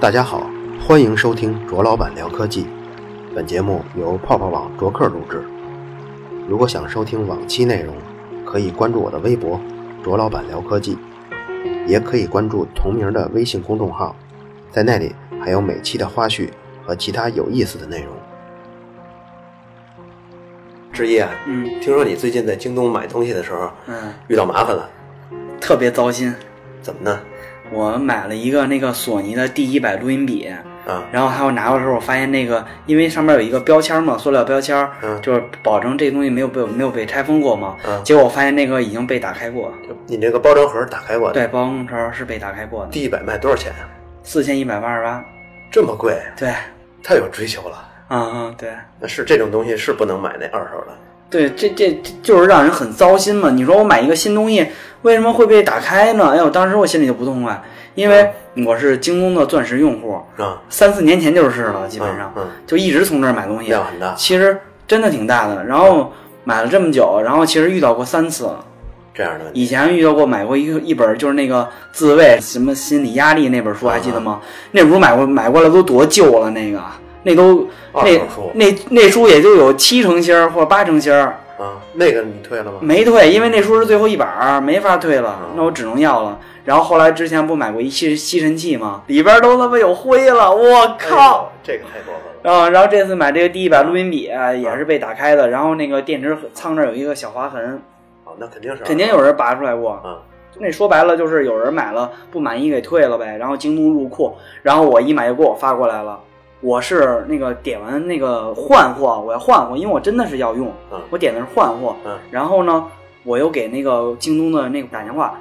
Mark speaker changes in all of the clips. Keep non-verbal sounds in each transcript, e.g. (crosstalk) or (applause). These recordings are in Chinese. Speaker 1: 大家好，欢迎收听卓老板聊科技，本节目由泡泡网卓克录制。如果想收听往期内容，可以关注我的微博“卓老板聊科技”，也可以关注同名的微信公众号，在那里还有每期的花絮和其他有意思的内容。志毅啊，
Speaker 2: 嗯
Speaker 1: 听说你最近在京东买东西的时候
Speaker 2: 嗯，
Speaker 1: 遇到麻烦了，
Speaker 2: 特别糟心。
Speaker 1: 怎么呢？
Speaker 2: 我买了一个那个索尼的 D 一百录音笔，
Speaker 1: 啊，
Speaker 2: 然后还有拿过来的时候，我发现那个因为上面有一个标签嘛，塑料标签，
Speaker 1: 嗯
Speaker 2: 就是保证这东西没有被没有被拆封过嘛。
Speaker 1: 嗯
Speaker 2: 结果我发现那个已经被打开过，
Speaker 1: 你这个包装盒打开过，
Speaker 2: 对，包工头是被打开过的，
Speaker 1: 第一百卖多少钱啊？
Speaker 2: 四千一百八十八。
Speaker 1: 这么贵，
Speaker 2: 对，
Speaker 1: 太有追求了。
Speaker 2: 嗯嗯，对。
Speaker 1: 那是这种东西是不能买那二手的。
Speaker 2: 对，这这这就是让人很糟心嘛。你说我买一个新东西，为什么会被打开呢？哎呦，当时我心里就不痛快，因为
Speaker 1: 嗯
Speaker 2: 我是京东的钻石用户，
Speaker 1: 啊，
Speaker 2: 三四年前就是了，基本上、
Speaker 1: 嗯嗯
Speaker 2: 就一直从这儿买东西
Speaker 1: 量，很大，
Speaker 2: 其实真的挺大的。然后买了这么久，然后其实遇到过三次，
Speaker 1: 这样的问题
Speaker 2: 以前遇到过买过一个一本就是那个自卫什么心理压力那本书，还记得吗？
Speaker 1: 嗯
Speaker 2: 那本书买过买过来都多旧了，那个那都
Speaker 1: 二
Speaker 2: 那
Speaker 1: 手书
Speaker 2: 那那书也就有七成新儿或八成新儿，
Speaker 1: 啊，那个你退了吗？
Speaker 2: 没退，因为那书是最后一本儿，没法退了，
Speaker 1: 嗯
Speaker 2: 那我只能要了。然后后来之前不买过一吸吸尘器吗？里边都他妈有灰了，我靠！
Speaker 1: 哎呦，这个太过分了。
Speaker 2: 然后，然后这次买这个第一把录音笔、啊、也是被打开的，然后那个电池仓那儿有一个小划痕，
Speaker 1: 啊，那肯定是
Speaker 2: 肯定有人拔出来过。
Speaker 1: 啊，
Speaker 2: 那说白了就是有人买了不满意给退了呗，然后京东入库，然后我一买就给我发过来了。我是那个点完那个换货，我要换货，因为我真的是要用
Speaker 1: 嗯，
Speaker 2: 我点的是换货
Speaker 1: 嗯。
Speaker 2: 然后呢，我又给那个京东的那个打电话，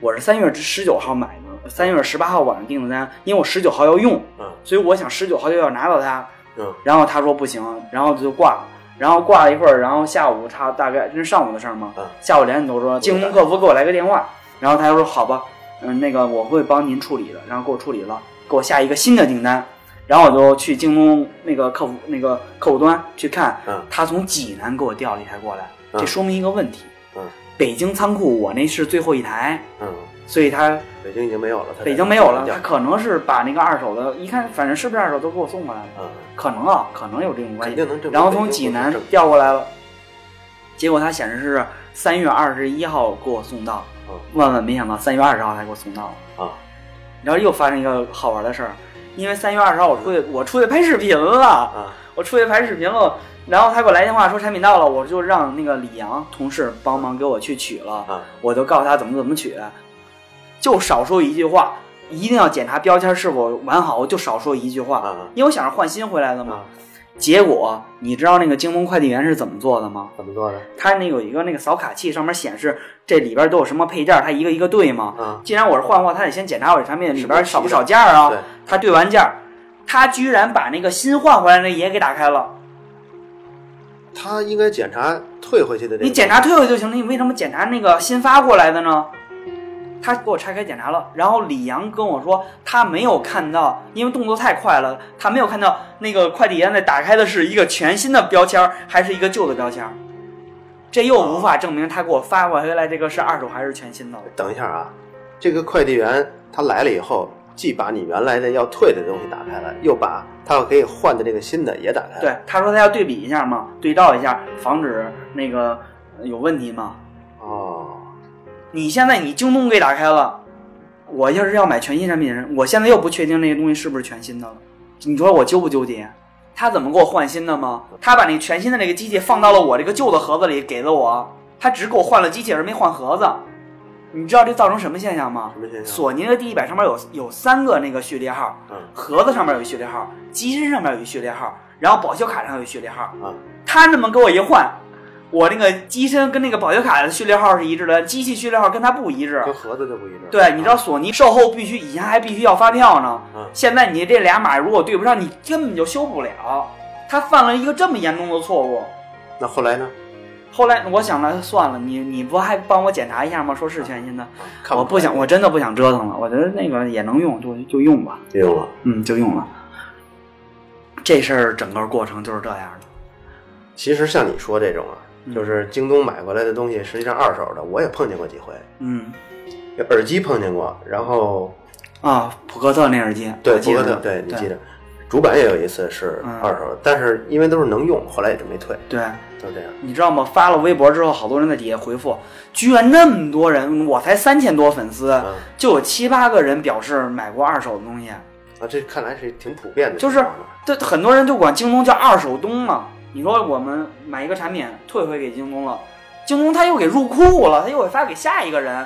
Speaker 2: 我是三月十九号买的，三月十八号晚上订的单，因为我十九号要用
Speaker 1: 嗯，
Speaker 2: 所以我想十九号就要拿到它。
Speaker 1: 嗯
Speaker 2: 然后他说不行，然后就挂了。然后挂了一会儿，然后下午差大概这是上午的事儿吗？
Speaker 1: 嗯
Speaker 2: 下午两点多说京东客服给我来个电话，然后他说好吧，嗯，那个我会帮您处理的，然后给我处理了，给我下一个新的订单，然后我就去京东那个客服那个客户端去看，
Speaker 1: 嗯
Speaker 2: 他从济南给我调了一台过来，
Speaker 1: 嗯
Speaker 2: 这说明一个问题，
Speaker 1: 嗯
Speaker 2: 北京仓库我那是最后一台，
Speaker 1: 嗯，
Speaker 2: 所以他
Speaker 1: 北京已经没有了，它
Speaker 2: 北京没有了，
Speaker 1: 这
Speaker 2: 他
Speaker 1: 样
Speaker 2: 可能是把那个二手的，一看反正是不是二手都给我送过来了，
Speaker 1: 啊，
Speaker 2: 可能啊，可能有这种关
Speaker 1: 肯
Speaker 2: 系。
Speaker 1: 定能证明。
Speaker 2: 然后从济南
Speaker 1: 北京不是
Speaker 2: 调过来了，结果它显示是三月二十一号给我送到
Speaker 1: 嗯，
Speaker 2: 万万没想到三月二十号才给我送到了。
Speaker 1: 正啊，
Speaker 2: 然后又发生一个好玩的事儿，因为三月二十号我出
Speaker 1: 嗯
Speaker 2: 去我出去拍视频了，
Speaker 1: 啊
Speaker 2: 我出去拍视频了，然后他给我来电话说产品到了，我就让那个李阳同事帮忙给我去取了，
Speaker 1: 啊
Speaker 2: 我就告诉他怎么怎么取，就少说一句话，一定要检查标签是否完好，我就少说一句话，
Speaker 1: 啊
Speaker 2: 因为我想着换新回来的嘛。
Speaker 1: 啊！
Speaker 2: 结果你知道那个京东快递员是怎么做的吗？
Speaker 1: 怎么做的？
Speaker 2: 他那有一个那个扫卡器，上面显示这里边都有什么配件，他一个一个对吗？
Speaker 1: 啊，
Speaker 2: 既然我是换货，他得先检查我这产品里边
Speaker 1: 是
Speaker 2: 少
Speaker 1: 不
Speaker 2: 不
Speaker 1: 是
Speaker 2: 少件儿啊
Speaker 1: 对。
Speaker 2: 他对完件儿，他居然把那个新换回来那也给打开了。
Speaker 1: 他应该检查退回去的这个。
Speaker 2: 你检查退回就行了，你为什么检查那个新发过来的呢？他给我拆开检查了，然后李阳跟我说他没有看到，因为动作太快了，他没有看到那个快递员在打开的是一个全新的标签儿还是一个旧的标签儿，这又无法证明他给我发过回来这个是二手还是全新的了。
Speaker 1: 等一下啊，这个快递员他来了以后，既把你原来的要退的东西打开了，又把他要可以换的这个新的也打开了。
Speaker 2: 对，他说他要对比一下嘛，对照一下，防止那个呃有问题嘛。
Speaker 1: 哦，
Speaker 2: 你现在你京东给打开了，我要是要买全新产品的人，我现在又不确定那个东西是不是全新的了，你说我纠不纠结？他怎么给我换新的吗？他把那个全新的那个机器放到了我这个旧的盒子里给了我，他只给我换了机器而没换盒子。你知道这造成什么现象吗
Speaker 1: 什？么现象？
Speaker 2: 索尼的 D 一百上面有有三个那个序列号，
Speaker 1: 嗯
Speaker 2: 盒子上面有一序列号，机身上面有一序列号，然后保修卡上有一序列号。
Speaker 1: 啊
Speaker 2: 他那么给我一换，我那个机身跟那个保修卡的序列号是一致的，机器序列号跟它不一致。
Speaker 1: 跟盒子就不一样。啊
Speaker 2: 对，你知道索尼售后必须以前还必须要发票呢，
Speaker 1: 嗯
Speaker 2: 现在你这俩码如果对不上，你根本就修不了。他犯了一个这么严重的错误。
Speaker 1: 那后来
Speaker 2: (laughs)
Speaker 1: 呢？
Speaker 2: 后来我想了，算了，你你不还帮我检查一下吗？说是全新的，
Speaker 1: 看
Speaker 2: 我不想，我真的不想折腾了。我觉得那个也能用，就就用吧，
Speaker 1: 利用了。
Speaker 2: 嗯，就用了。这事儿整个过程就是这样的。
Speaker 1: 其实像你说这种啊，
Speaker 2: 嗯
Speaker 1: 就是京东买回来的东西，实际上二手的，我也碰见过几回。
Speaker 2: 嗯
Speaker 1: 耳机碰见过，然后
Speaker 2: 啊，普克特那耳机，
Speaker 1: 对
Speaker 2: 我
Speaker 1: 博
Speaker 2: 记
Speaker 1: 格
Speaker 2: 得
Speaker 1: 特，
Speaker 2: 对
Speaker 1: 对你记得，主板也有一次是
Speaker 2: 嗯
Speaker 1: 二手，但是因为都是能用，后来也就没退，
Speaker 2: 对，
Speaker 1: 都这样。
Speaker 2: 你知道吗？发了微博之后，好多人在底下回复，居然那么多人，我才三千多粉丝，
Speaker 1: 嗯，
Speaker 2: 就有七八个人表示买过二手的东西。
Speaker 1: 啊，这看来是挺普遍的
Speaker 2: 就
Speaker 1: 情
Speaker 2: 是
Speaker 1: 况了，
Speaker 2: 这很多人就管京东叫二手东嘛。你说我们买一个产品退回给京东了，京东他又给入库了，他又给发给下一个人。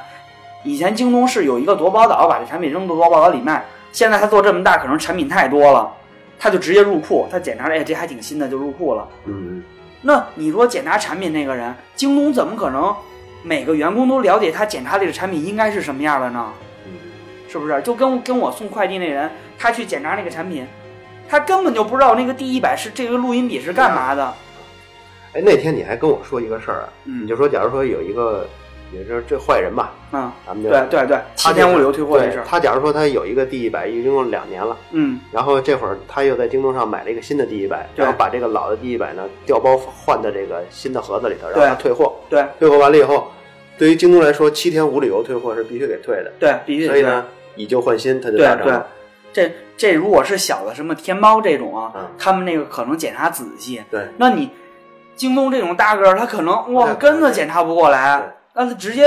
Speaker 2: 以前京东是有一个夺宝岛，把这产品扔到夺宝岛里卖，现在他做这么大，可能产品太多了，他就直接入库，他检查了，哎，这还挺新的，就入库了。
Speaker 1: 嗯，
Speaker 2: 那你说检查产品那个人，京东怎么可能每个员工都了解他检查这个产品应该是什么样的呢？
Speaker 1: 嗯
Speaker 2: 是不是？就跟跟我送快递那人，他去检查那个产品，他根本就不知道那个第一百是这个录音笔是干嘛的。
Speaker 1: 哎，那天你还跟我说一个事儿啊，
Speaker 2: 嗯
Speaker 1: 你就说，假如说有一个，也就是这坏人吧，
Speaker 2: 嗯，
Speaker 1: 咱们就
Speaker 2: 对对对，七
Speaker 1: 他
Speaker 2: 天
Speaker 1: 就是
Speaker 2: 物流退货这事
Speaker 1: 对，
Speaker 2: 儿，
Speaker 1: 他假如说他有一个 D 一百，已经用了两年了，
Speaker 2: 嗯，
Speaker 1: 然后这会儿他又在京东上买了一个新的 D 一百，
Speaker 2: 对
Speaker 1: 然后把这个老的 D 一百呢调包换到这个新的盒子里头，然后
Speaker 2: 对
Speaker 1: 他退货，
Speaker 2: 对
Speaker 1: 退货完了以后，对于京东来说，七天无理由退货是必须给退的，
Speaker 2: 对，必须
Speaker 1: 所以
Speaker 2: 得
Speaker 1: 呢，以旧换新，他就
Speaker 2: 对
Speaker 1: 达成
Speaker 2: 对
Speaker 1: 了。
Speaker 2: 这这如果是小的什么天猫这种啊，
Speaker 1: 嗯
Speaker 2: 他们那个可能检查仔细。
Speaker 1: 对，
Speaker 2: 那你京东这种大个儿，他可能
Speaker 1: 不
Speaker 2: 哇
Speaker 1: 太可能
Speaker 2: 根子检查不过
Speaker 1: 对
Speaker 2: 来，那他直接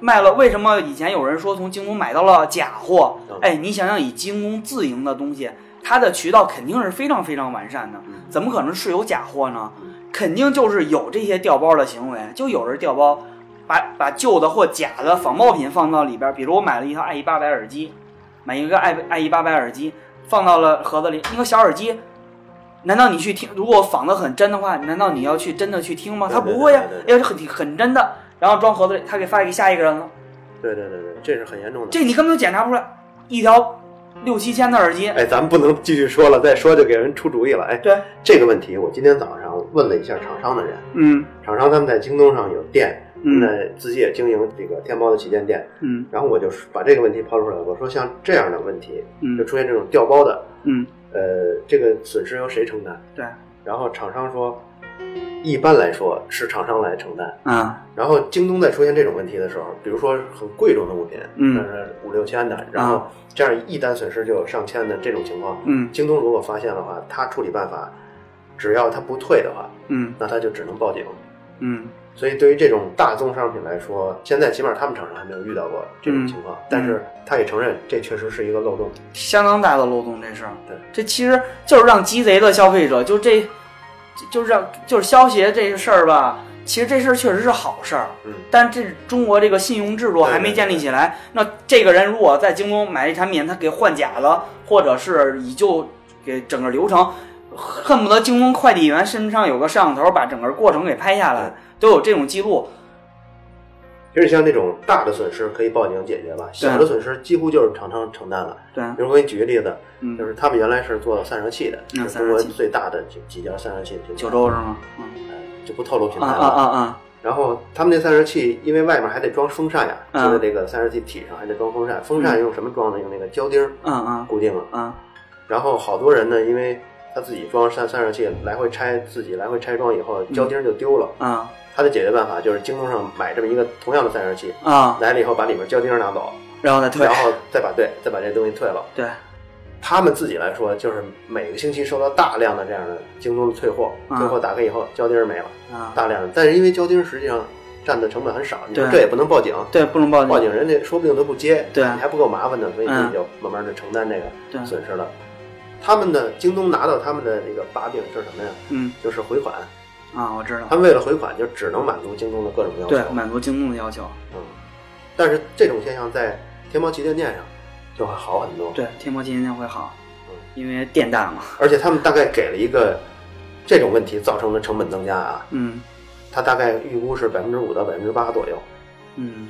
Speaker 2: 卖了。为什么以前有人说从京东买到了假货
Speaker 1: 嗯？
Speaker 2: 哎，你想想，以京东自营的东西，它的渠道肯定是非常非常完善的，
Speaker 1: 嗯
Speaker 2: 怎么可能是有假货呢
Speaker 1: 嗯？
Speaker 2: 肯定就是有这些调包的行为，就有人调包。把把旧的或假的仿冒品放到里边儿，比如我买了一条爱一八百耳机，买一个爱爱一八百耳机，放到了盒子里，那个小耳机，难道你去听？如果仿的很真的话，难道你要去真的去听吗？
Speaker 1: 对
Speaker 2: 他不会呀、
Speaker 1: 对对
Speaker 2: 要是很很真的，然后装盒子里，他给发给下一个人了，
Speaker 1: 对对对对，这是很严重的。
Speaker 2: 这你根本就检查不出来。一条六七千的耳机，
Speaker 1: (laughs) 哎，咱们不能继续说了，再说就给人出主意了。哎，
Speaker 2: 对，
Speaker 1: 这个问题我今天早上问了一下厂商的人，
Speaker 2: 嗯
Speaker 1: 厂商他们在京东上有店，
Speaker 2: 嗯
Speaker 1: 那自己也经营这个天猫的旗舰店，
Speaker 2: 嗯
Speaker 1: 然后我就把这个问题抛出来，我说像这样的问题，就
Speaker 2: 嗯
Speaker 1: 出现这种调包的，
Speaker 2: 嗯，
Speaker 1: 呃，这个损失由谁承担？
Speaker 2: 对，
Speaker 1: 然后厂商说，一般来说是厂商来承担。
Speaker 2: 啊
Speaker 1: 然后京东在出现这种问题的时候，比如说很贵重的物品，
Speaker 2: 嗯
Speaker 1: 但是五六千的，然后这样一单损失就有上千的这种情况，
Speaker 2: 嗯
Speaker 1: 京东如果发现的话，它处理办法，只要它不退的话，
Speaker 2: 嗯
Speaker 1: 那它就只能报警。
Speaker 2: 嗯
Speaker 1: 所以对于这种大宗商品来说，现在起码他们厂商还没有遇到过这种
Speaker 2: 嗯
Speaker 1: 情况，但是他也承认这确实是一个漏洞。
Speaker 2: 相当大的漏洞，这事儿。
Speaker 1: 对，
Speaker 2: 这其实就是让鸡贼的消费者，就这，就就是让就是消协这事儿吧。其实这事儿确实是好事儿，
Speaker 1: 嗯
Speaker 2: 但这中国这个信用制度还没建立起来。那这个人如果在京东买一产品，他给换假了，或者是以旧给整个流程，恨不得京东快递员身上有个摄像头把整个过程给拍下来
Speaker 1: 对，
Speaker 2: 都有这种记录。
Speaker 1: 其实像这种大的损失可以报警解决吧，小的损失几乎就是厂商承担了。
Speaker 2: 对，
Speaker 1: 比如我给你举个例子，
Speaker 2: 嗯
Speaker 1: 就，是他们原来是做散热器的，
Speaker 2: 嗯
Speaker 1: 是中国最大的几几家散热器品牌，
Speaker 2: 九州是吗？
Speaker 1: 哎就不透露品
Speaker 2: 嗯
Speaker 1: 牌
Speaker 2: 啊
Speaker 1: 了。
Speaker 2: 啊啊啊！
Speaker 1: 然后他们那散热器，因为外面还得装风扇呀、
Speaker 2: 嗯
Speaker 1: 就在这个散热器体上还得装风扇，风扇用什么装呢？用那个胶钉儿
Speaker 2: 嗯嗯
Speaker 1: 固定了。
Speaker 2: 嗯
Speaker 1: 然后好多人呢，因为他自己装散散热器，来回拆，自己来回拆装以后，胶钉就丢了。
Speaker 2: 嗯
Speaker 1: 他的解决办法就是京东上买这么一个同样的散热器，
Speaker 2: 啊，
Speaker 1: 来了以后把里面胶钉拿走，
Speaker 2: 然后再退
Speaker 1: 然。后再把对再把这东西退了。
Speaker 2: 对，
Speaker 1: 他们自己来说，就是每个星期收到大量的这样的京东的退货，
Speaker 2: 嗯
Speaker 1: 退货打开以后胶钉没了，
Speaker 2: 啊，
Speaker 1: 大量的。但是因为胶钉实际上占的成本很少，你说
Speaker 2: 对
Speaker 1: 这也不能报警，
Speaker 2: 对，不能报警。
Speaker 1: 报警人家说不定都不接，
Speaker 2: 对
Speaker 1: 你还不够麻烦呢，所以
Speaker 2: 嗯
Speaker 1: 你就慢慢的承担这个
Speaker 2: 对，
Speaker 1: 损失了。他们的京东拿到他们的这个把柄是什么呀？
Speaker 2: 嗯
Speaker 1: 就是回款。
Speaker 2: 啊，我知道
Speaker 1: 他。们为了回款，就只能满足京东的各种要求。
Speaker 2: 对，满足京东的要求。
Speaker 1: 嗯，但是这种现象在天猫旗舰店上就会好很多。，
Speaker 2: 对，天猫旗舰店会好
Speaker 1: 嗯，
Speaker 2: 因为店大嘛。
Speaker 1: 而且他们大概给了一个这种问题造成的成本增加啊，
Speaker 2: 嗯
Speaker 1: 他大概预估是百分之五到百分之八左右。
Speaker 2: 嗯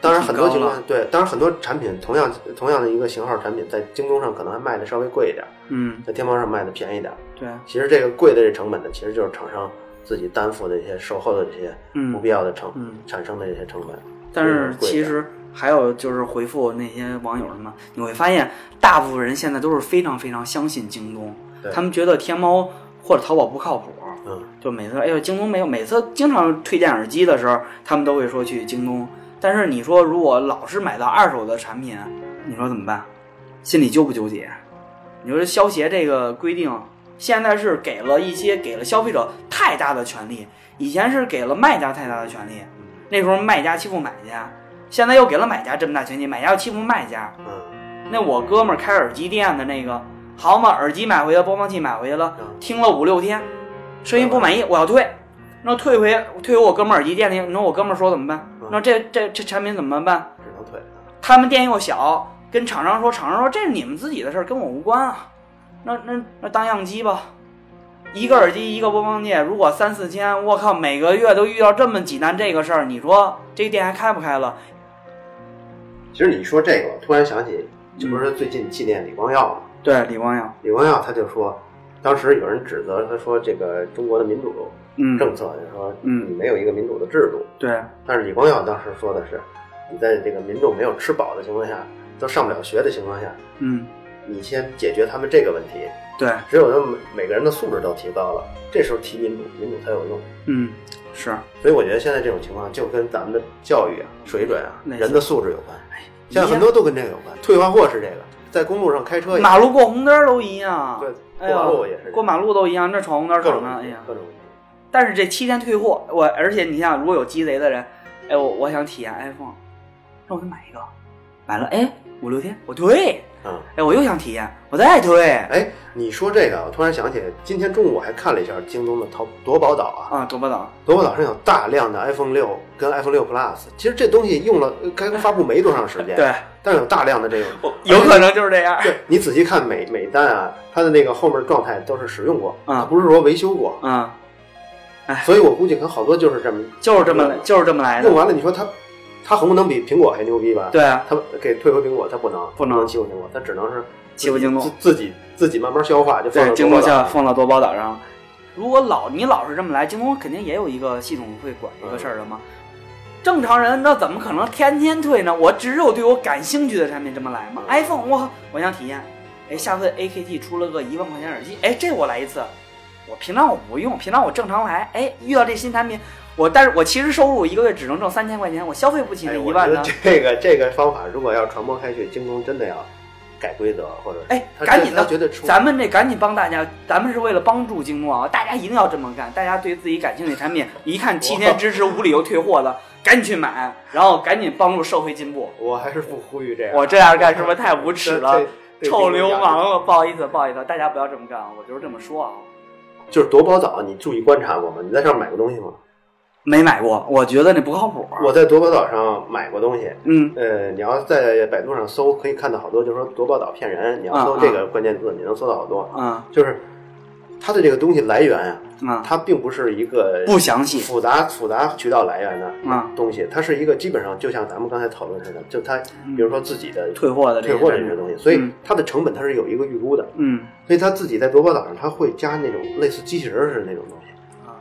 Speaker 1: 当然很多
Speaker 2: 挺
Speaker 1: 情
Speaker 2: 高了
Speaker 1: 况对，当然很多产品同样同样的一个型号产品，在京东上可能还卖的稍微贵一点，
Speaker 2: 嗯，
Speaker 1: 在天猫上卖的便宜点。
Speaker 2: 对，
Speaker 1: 其实这个贵的这成本呢，其实就是厂商自己担负的一些售后的这些不
Speaker 2: 嗯
Speaker 1: 必要的成、
Speaker 2: 嗯。
Speaker 1: 产生的这些成本。
Speaker 2: 但是
Speaker 1: 贵
Speaker 2: 其
Speaker 1: 点
Speaker 2: 实还有就是回复那些网友什么，你会发现大部分人现在都是非常非常相信京东，
Speaker 1: 对
Speaker 2: 他们觉得天猫或者淘宝不靠谱。
Speaker 1: 嗯，
Speaker 2: 就每次哎呦京东没有，每次经常推荐耳机的时候，他们都会说去京东。但是你说如果老是买到二手的产品，你说怎么办？心里纠不纠结？你说消协这个规定，现在是给了一些给了消费者太大的权利，以前是给了卖家太大的权利，那时候卖家欺负买家，现在又给了买家这么大权利，买家又欺负卖家。
Speaker 1: 嗯，
Speaker 2: 那我哥们儿开耳机店的那个，好嘛，耳机买回来，播放器买回来了，听了五六天，声音不满意，我要退。那退回退回我哥们儿耳机店里，你说我哥们儿说怎么办
Speaker 1: 嗯？
Speaker 2: 那这这这产品怎么办？
Speaker 1: 只能退。
Speaker 2: 他们店又小，跟厂商说，厂商说这是你们自己的事儿，跟我无关啊。那那那当样机吧，一个耳机一个播放器，如果三四千，我靠，每个月都遇到这么几单这个事儿，你说这店还开不开了？
Speaker 1: 其实你说这个，我突然想起，这不是最近纪念李光耀吗？
Speaker 2: 对，李光耀，
Speaker 1: 李光耀他就说，当时有人指责他说，这个中国的民主
Speaker 2: 嗯，
Speaker 1: 政策，就是说
Speaker 2: 嗯
Speaker 1: 你没有一个民主的制度。
Speaker 2: 对，
Speaker 1: 但是李光耀当时说的是，你在这个民众没有吃饱的情况下，都上不了学的情况下，
Speaker 2: 嗯，
Speaker 1: 你先解决他们这个问题。
Speaker 2: 对，
Speaker 1: 只有他们每个人的素质都提高了，这时候提民主，民主才有用。
Speaker 2: 嗯，是。
Speaker 1: 所以我觉得现在这种情况就跟咱们的教育啊、水准啊、
Speaker 2: 没错
Speaker 1: 人的素质有关。
Speaker 2: 哎
Speaker 1: 现在很多都跟这个有关。退换货是这个，在公路上开车也
Speaker 2: 马路过红灯儿都一样，
Speaker 1: 对，过
Speaker 2: 哎呀
Speaker 1: 马路也是这样
Speaker 2: 过马路都一样，那闯红灯儿
Speaker 1: 各
Speaker 2: 闯
Speaker 1: 种
Speaker 2: 的，
Speaker 1: 问
Speaker 2: 哎
Speaker 1: 题
Speaker 2: 呀，
Speaker 1: 各种问题。
Speaker 2: 但是这七天退货，我而且你像如果有鸡贼的人，哎，我我想体验 iPhone，那我就买一个，买了哎五六天我退，
Speaker 1: 嗯，
Speaker 2: 哎我又想体验，我再退，
Speaker 1: 哎，你说这个，我突然想起，今天中午我还看了一下京东的淘夺宝岛啊，
Speaker 2: 啊，多不等，
Speaker 1: 夺宝岛上有大量的 iPhone 六跟 iPhone 六 Plus，其实这东西用了呃刚发布没多长时间，，
Speaker 2: 对，
Speaker 1: 但是有大量的这个，
Speaker 2: 有可能就是这样，
Speaker 1: 对你仔细看每每单啊，它的那个后面状态都是使用过，
Speaker 2: 嗯
Speaker 1: 它不是说维修过，
Speaker 2: 嗯，
Speaker 1: 所以我估计可能好多就是这么
Speaker 2: 就是这么来就是这么来
Speaker 1: 用
Speaker 2: 的，
Speaker 1: 完了，你说它它横不能比苹果还牛逼吧？，
Speaker 2: 哎对啊，
Speaker 1: 它给退回苹果，它不能
Speaker 2: 不能
Speaker 1: 欺负苹果，它只能是
Speaker 2: 欺负京东
Speaker 1: 自自己自己慢慢消化，就放
Speaker 2: 对，
Speaker 1: 到
Speaker 2: 京
Speaker 1: 淘
Speaker 2: 东
Speaker 1: 宝
Speaker 2: 像
Speaker 1: 上
Speaker 2: 放到多宝岛上。如果老你老是这么来，京东肯定也有一个系统会管这个事儿的嘛。正常人那怎么可能天天退呢？我只有对我感兴趣的产品这么来嘛。
Speaker 1: 嗯
Speaker 2: iPhone 我我想体验，哎，下次 AKT 出了个一万块钱耳机，哎，这我来一次。我平常我不用，平常我正常来，哎，遇到这新产品，我但是我其实收入一个月只能挣三千块钱，我消费不起那
Speaker 1: 哎，
Speaker 2: 一
Speaker 1: 我
Speaker 2: 万
Speaker 1: 觉
Speaker 2: 呢
Speaker 1: 得。这个 (laughs) 这个方法如果要传播开去，京东真的要改规则，或者是
Speaker 2: 哎
Speaker 1: 他
Speaker 2: 赶紧的
Speaker 1: 他绝对出。
Speaker 2: 咱们这赶紧帮大家，咱们是为了帮助京东啊，大家一定要这么干。大家对自己感兴趣的产品，一看七天支持无理由退货的，赶紧去买，然后赶紧帮助社会进步。
Speaker 1: 我还是不呼吁这样，
Speaker 2: 我这样干是不是太无耻了
Speaker 1: 这？这
Speaker 2: 臭流氓了，不好意思，不好意思，大家不要这么干啊，我就是这么说啊。
Speaker 1: 就是夺宝岛，你注意观察过吗？你在上面买过东西吗？
Speaker 2: 没买过，我觉得那不靠谱。
Speaker 1: 我在夺宝岛上买过东西。
Speaker 2: 嗯
Speaker 1: 呃，你要在百度上搜，可以看到好多，就是说夺宝岛骗人，你要搜
Speaker 2: 嗯
Speaker 1: 这个关键字，你能搜到好多。
Speaker 2: 嗯
Speaker 1: 就是它的这个东西来源啊，
Speaker 2: 嗯，
Speaker 1: 它并不是一个
Speaker 2: 不详细
Speaker 1: 复杂复杂渠道来源的
Speaker 2: 嗯
Speaker 1: 东西，它是一个基本上就像咱们刚才讨论似的，就它比如说自己的
Speaker 2: 嗯退货的这
Speaker 1: 退
Speaker 2: 个
Speaker 1: 货的
Speaker 2: 产
Speaker 1: 这些
Speaker 2: 品
Speaker 1: 东西，所以
Speaker 2: 嗯
Speaker 1: 它的成本它是有一个预估的，
Speaker 2: 嗯
Speaker 1: 所以它自己在夺宝岛上，它会加那种类似机器人儿似的那种东西。
Speaker 2: 啊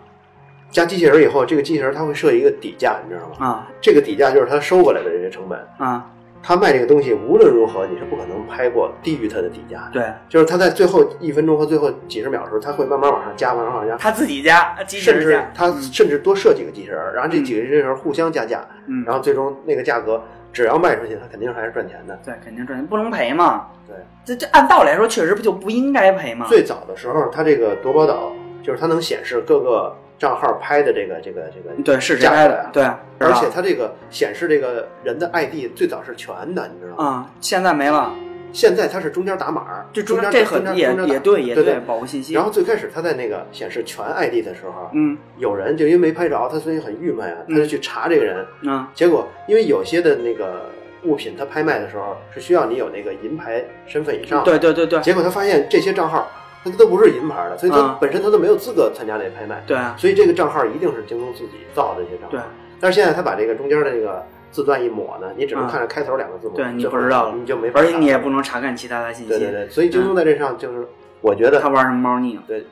Speaker 1: 加机器人儿以后，这个机器人儿它会设一个底价，你知道吗？
Speaker 2: 啊
Speaker 1: 这个底价就是它收过来的这些成本。
Speaker 2: 啊，
Speaker 1: 他卖这个东西无论如何你是不可能拍过低于它的底价的，
Speaker 2: 对
Speaker 1: 就是他在最后一分钟和最后几十秒的时候，他会慢慢往上加，慢慢往上加，
Speaker 2: 他自己家机器
Speaker 1: 甚
Speaker 2: 人
Speaker 1: 至
Speaker 2: 家，
Speaker 1: 他甚至多设几个机器人儿，然后这几个机器人儿互相加价，
Speaker 2: 嗯，
Speaker 1: 然后最终那个价格只要卖出去，他肯定还是赚钱的。
Speaker 2: 对，肯定赚钱，不能赔嘛。
Speaker 1: 对，
Speaker 2: 这这按道理来说，确实不就不应该赔吗？
Speaker 1: 最早的时候，他这个夺宝岛就是它能显示各个账号拍的这个这个这个，
Speaker 2: 对，是谁
Speaker 1: 价格
Speaker 2: 开的
Speaker 1: 呀？
Speaker 2: 对，
Speaker 1: 而且
Speaker 2: 是吧
Speaker 1: 它这个显示这个人的 ID 最早是全的，你知道吗？
Speaker 2: 啊、现在没了，
Speaker 1: 现在它是中间打码儿，
Speaker 2: 这
Speaker 1: 中
Speaker 2: 中
Speaker 1: 间
Speaker 2: 间这
Speaker 1: 中
Speaker 2: 很
Speaker 1: 间
Speaker 2: 也
Speaker 1: 中间打
Speaker 2: 也对也
Speaker 1: 对
Speaker 2: 保护信息。
Speaker 1: 然后最开始他在那个显示全 ID 的时候，
Speaker 2: 嗯
Speaker 1: 有人就因为没拍着，他所以很郁闷啊，他就去查这个人。
Speaker 2: 啊
Speaker 1: 结果因为有些的那个物品，他拍卖的时候是需要你有那个银牌身份以上。。
Speaker 2: 对对对对
Speaker 1: 结果他发现这些账号，他都不是银牌的，所以他
Speaker 2: 啊
Speaker 1: 本身他都没有资格参加那拍卖。
Speaker 2: 对啊
Speaker 1: 所以这个账号一定是京东自己造的这些账号。
Speaker 2: 对。
Speaker 1: 但是现在他把这个中间的这个字段一抹呢，你只能
Speaker 2: 啊
Speaker 1: 看着开头两个字母，
Speaker 2: 对，你
Speaker 1: 最后
Speaker 2: 不知道，
Speaker 1: 你就没法
Speaker 2: 而且
Speaker 1: 查
Speaker 2: 你也不能查看其他的信息。
Speaker 1: 对对对，所以京东在这上就是，我觉得
Speaker 2: 他玩什么猫腻
Speaker 1: 对，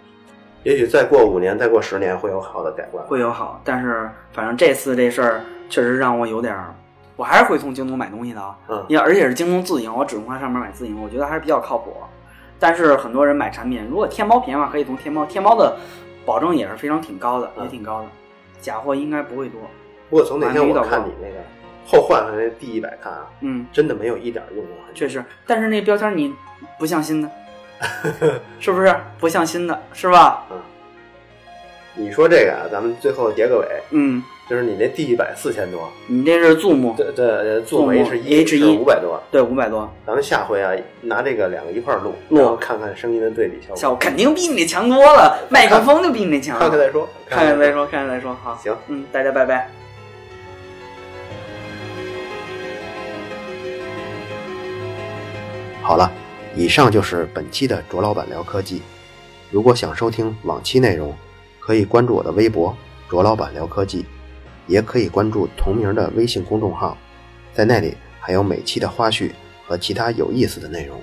Speaker 1: 也许再过五年，再过十年会有好的改观。
Speaker 2: 会有好，但是反正这次这事儿确实让我有点儿，我还是会从京东买东西的啊。
Speaker 1: 嗯，
Speaker 2: 因为而且是京东自营，我只能在上面买自营，我觉得还是比较靠谱。但是很多人买产品，如果天猫便宜的话，可以从天猫，天猫的保证也是非常挺高的，
Speaker 1: 嗯
Speaker 2: 也挺高的，假货应该不会多。
Speaker 1: 不过从那天我看你那个后换回来第一百看啊，
Speaker 2: 嗯，
Speaker 1: 真的没有一点用过。
Speaker 2: 确实，但是那标签你不像
Speaker 1: (laughs)
Speaker 2: 新的，是不是不像新的，是吧？
Speaker 1: 你说这个啊，咱们最后结个尾，
Speaker 2: 嗯，
Speaker 1: 就是你那第一百四千多，
Speaker 2: 你这是 Zoom
Speaker 1: 这这做
Speaker 2: Zoom
Speaker 1: H 一
Speaker 2: H1
Speaker 1: 五百多，
Speaker 2: 对五百多，
Speaker 1: 咱们下回啊拿这个两个一块儿录，
Speaker 2: 录
Speaker 1: 然后看看声音的对比效
Speaker 2: 效
Speaker 1: 果，
Speaker 2: 果肯定比你那强多了，麦克风就比你那强。
Speaker 1: 看看再说，
Speaker 2: 看看再，说，看看再说，好，
Speaker 1: 行。
Speaker 2: 嗯，大家拜拜。
Speaker 1: 好了，以上就是本期的卓老板聊科技。如果想收听往期内容，可以关注我的微博“卓老板聊科技”，也可以关注同名的微信公众号，在那里还有每期的花絮和其他有意思的内容。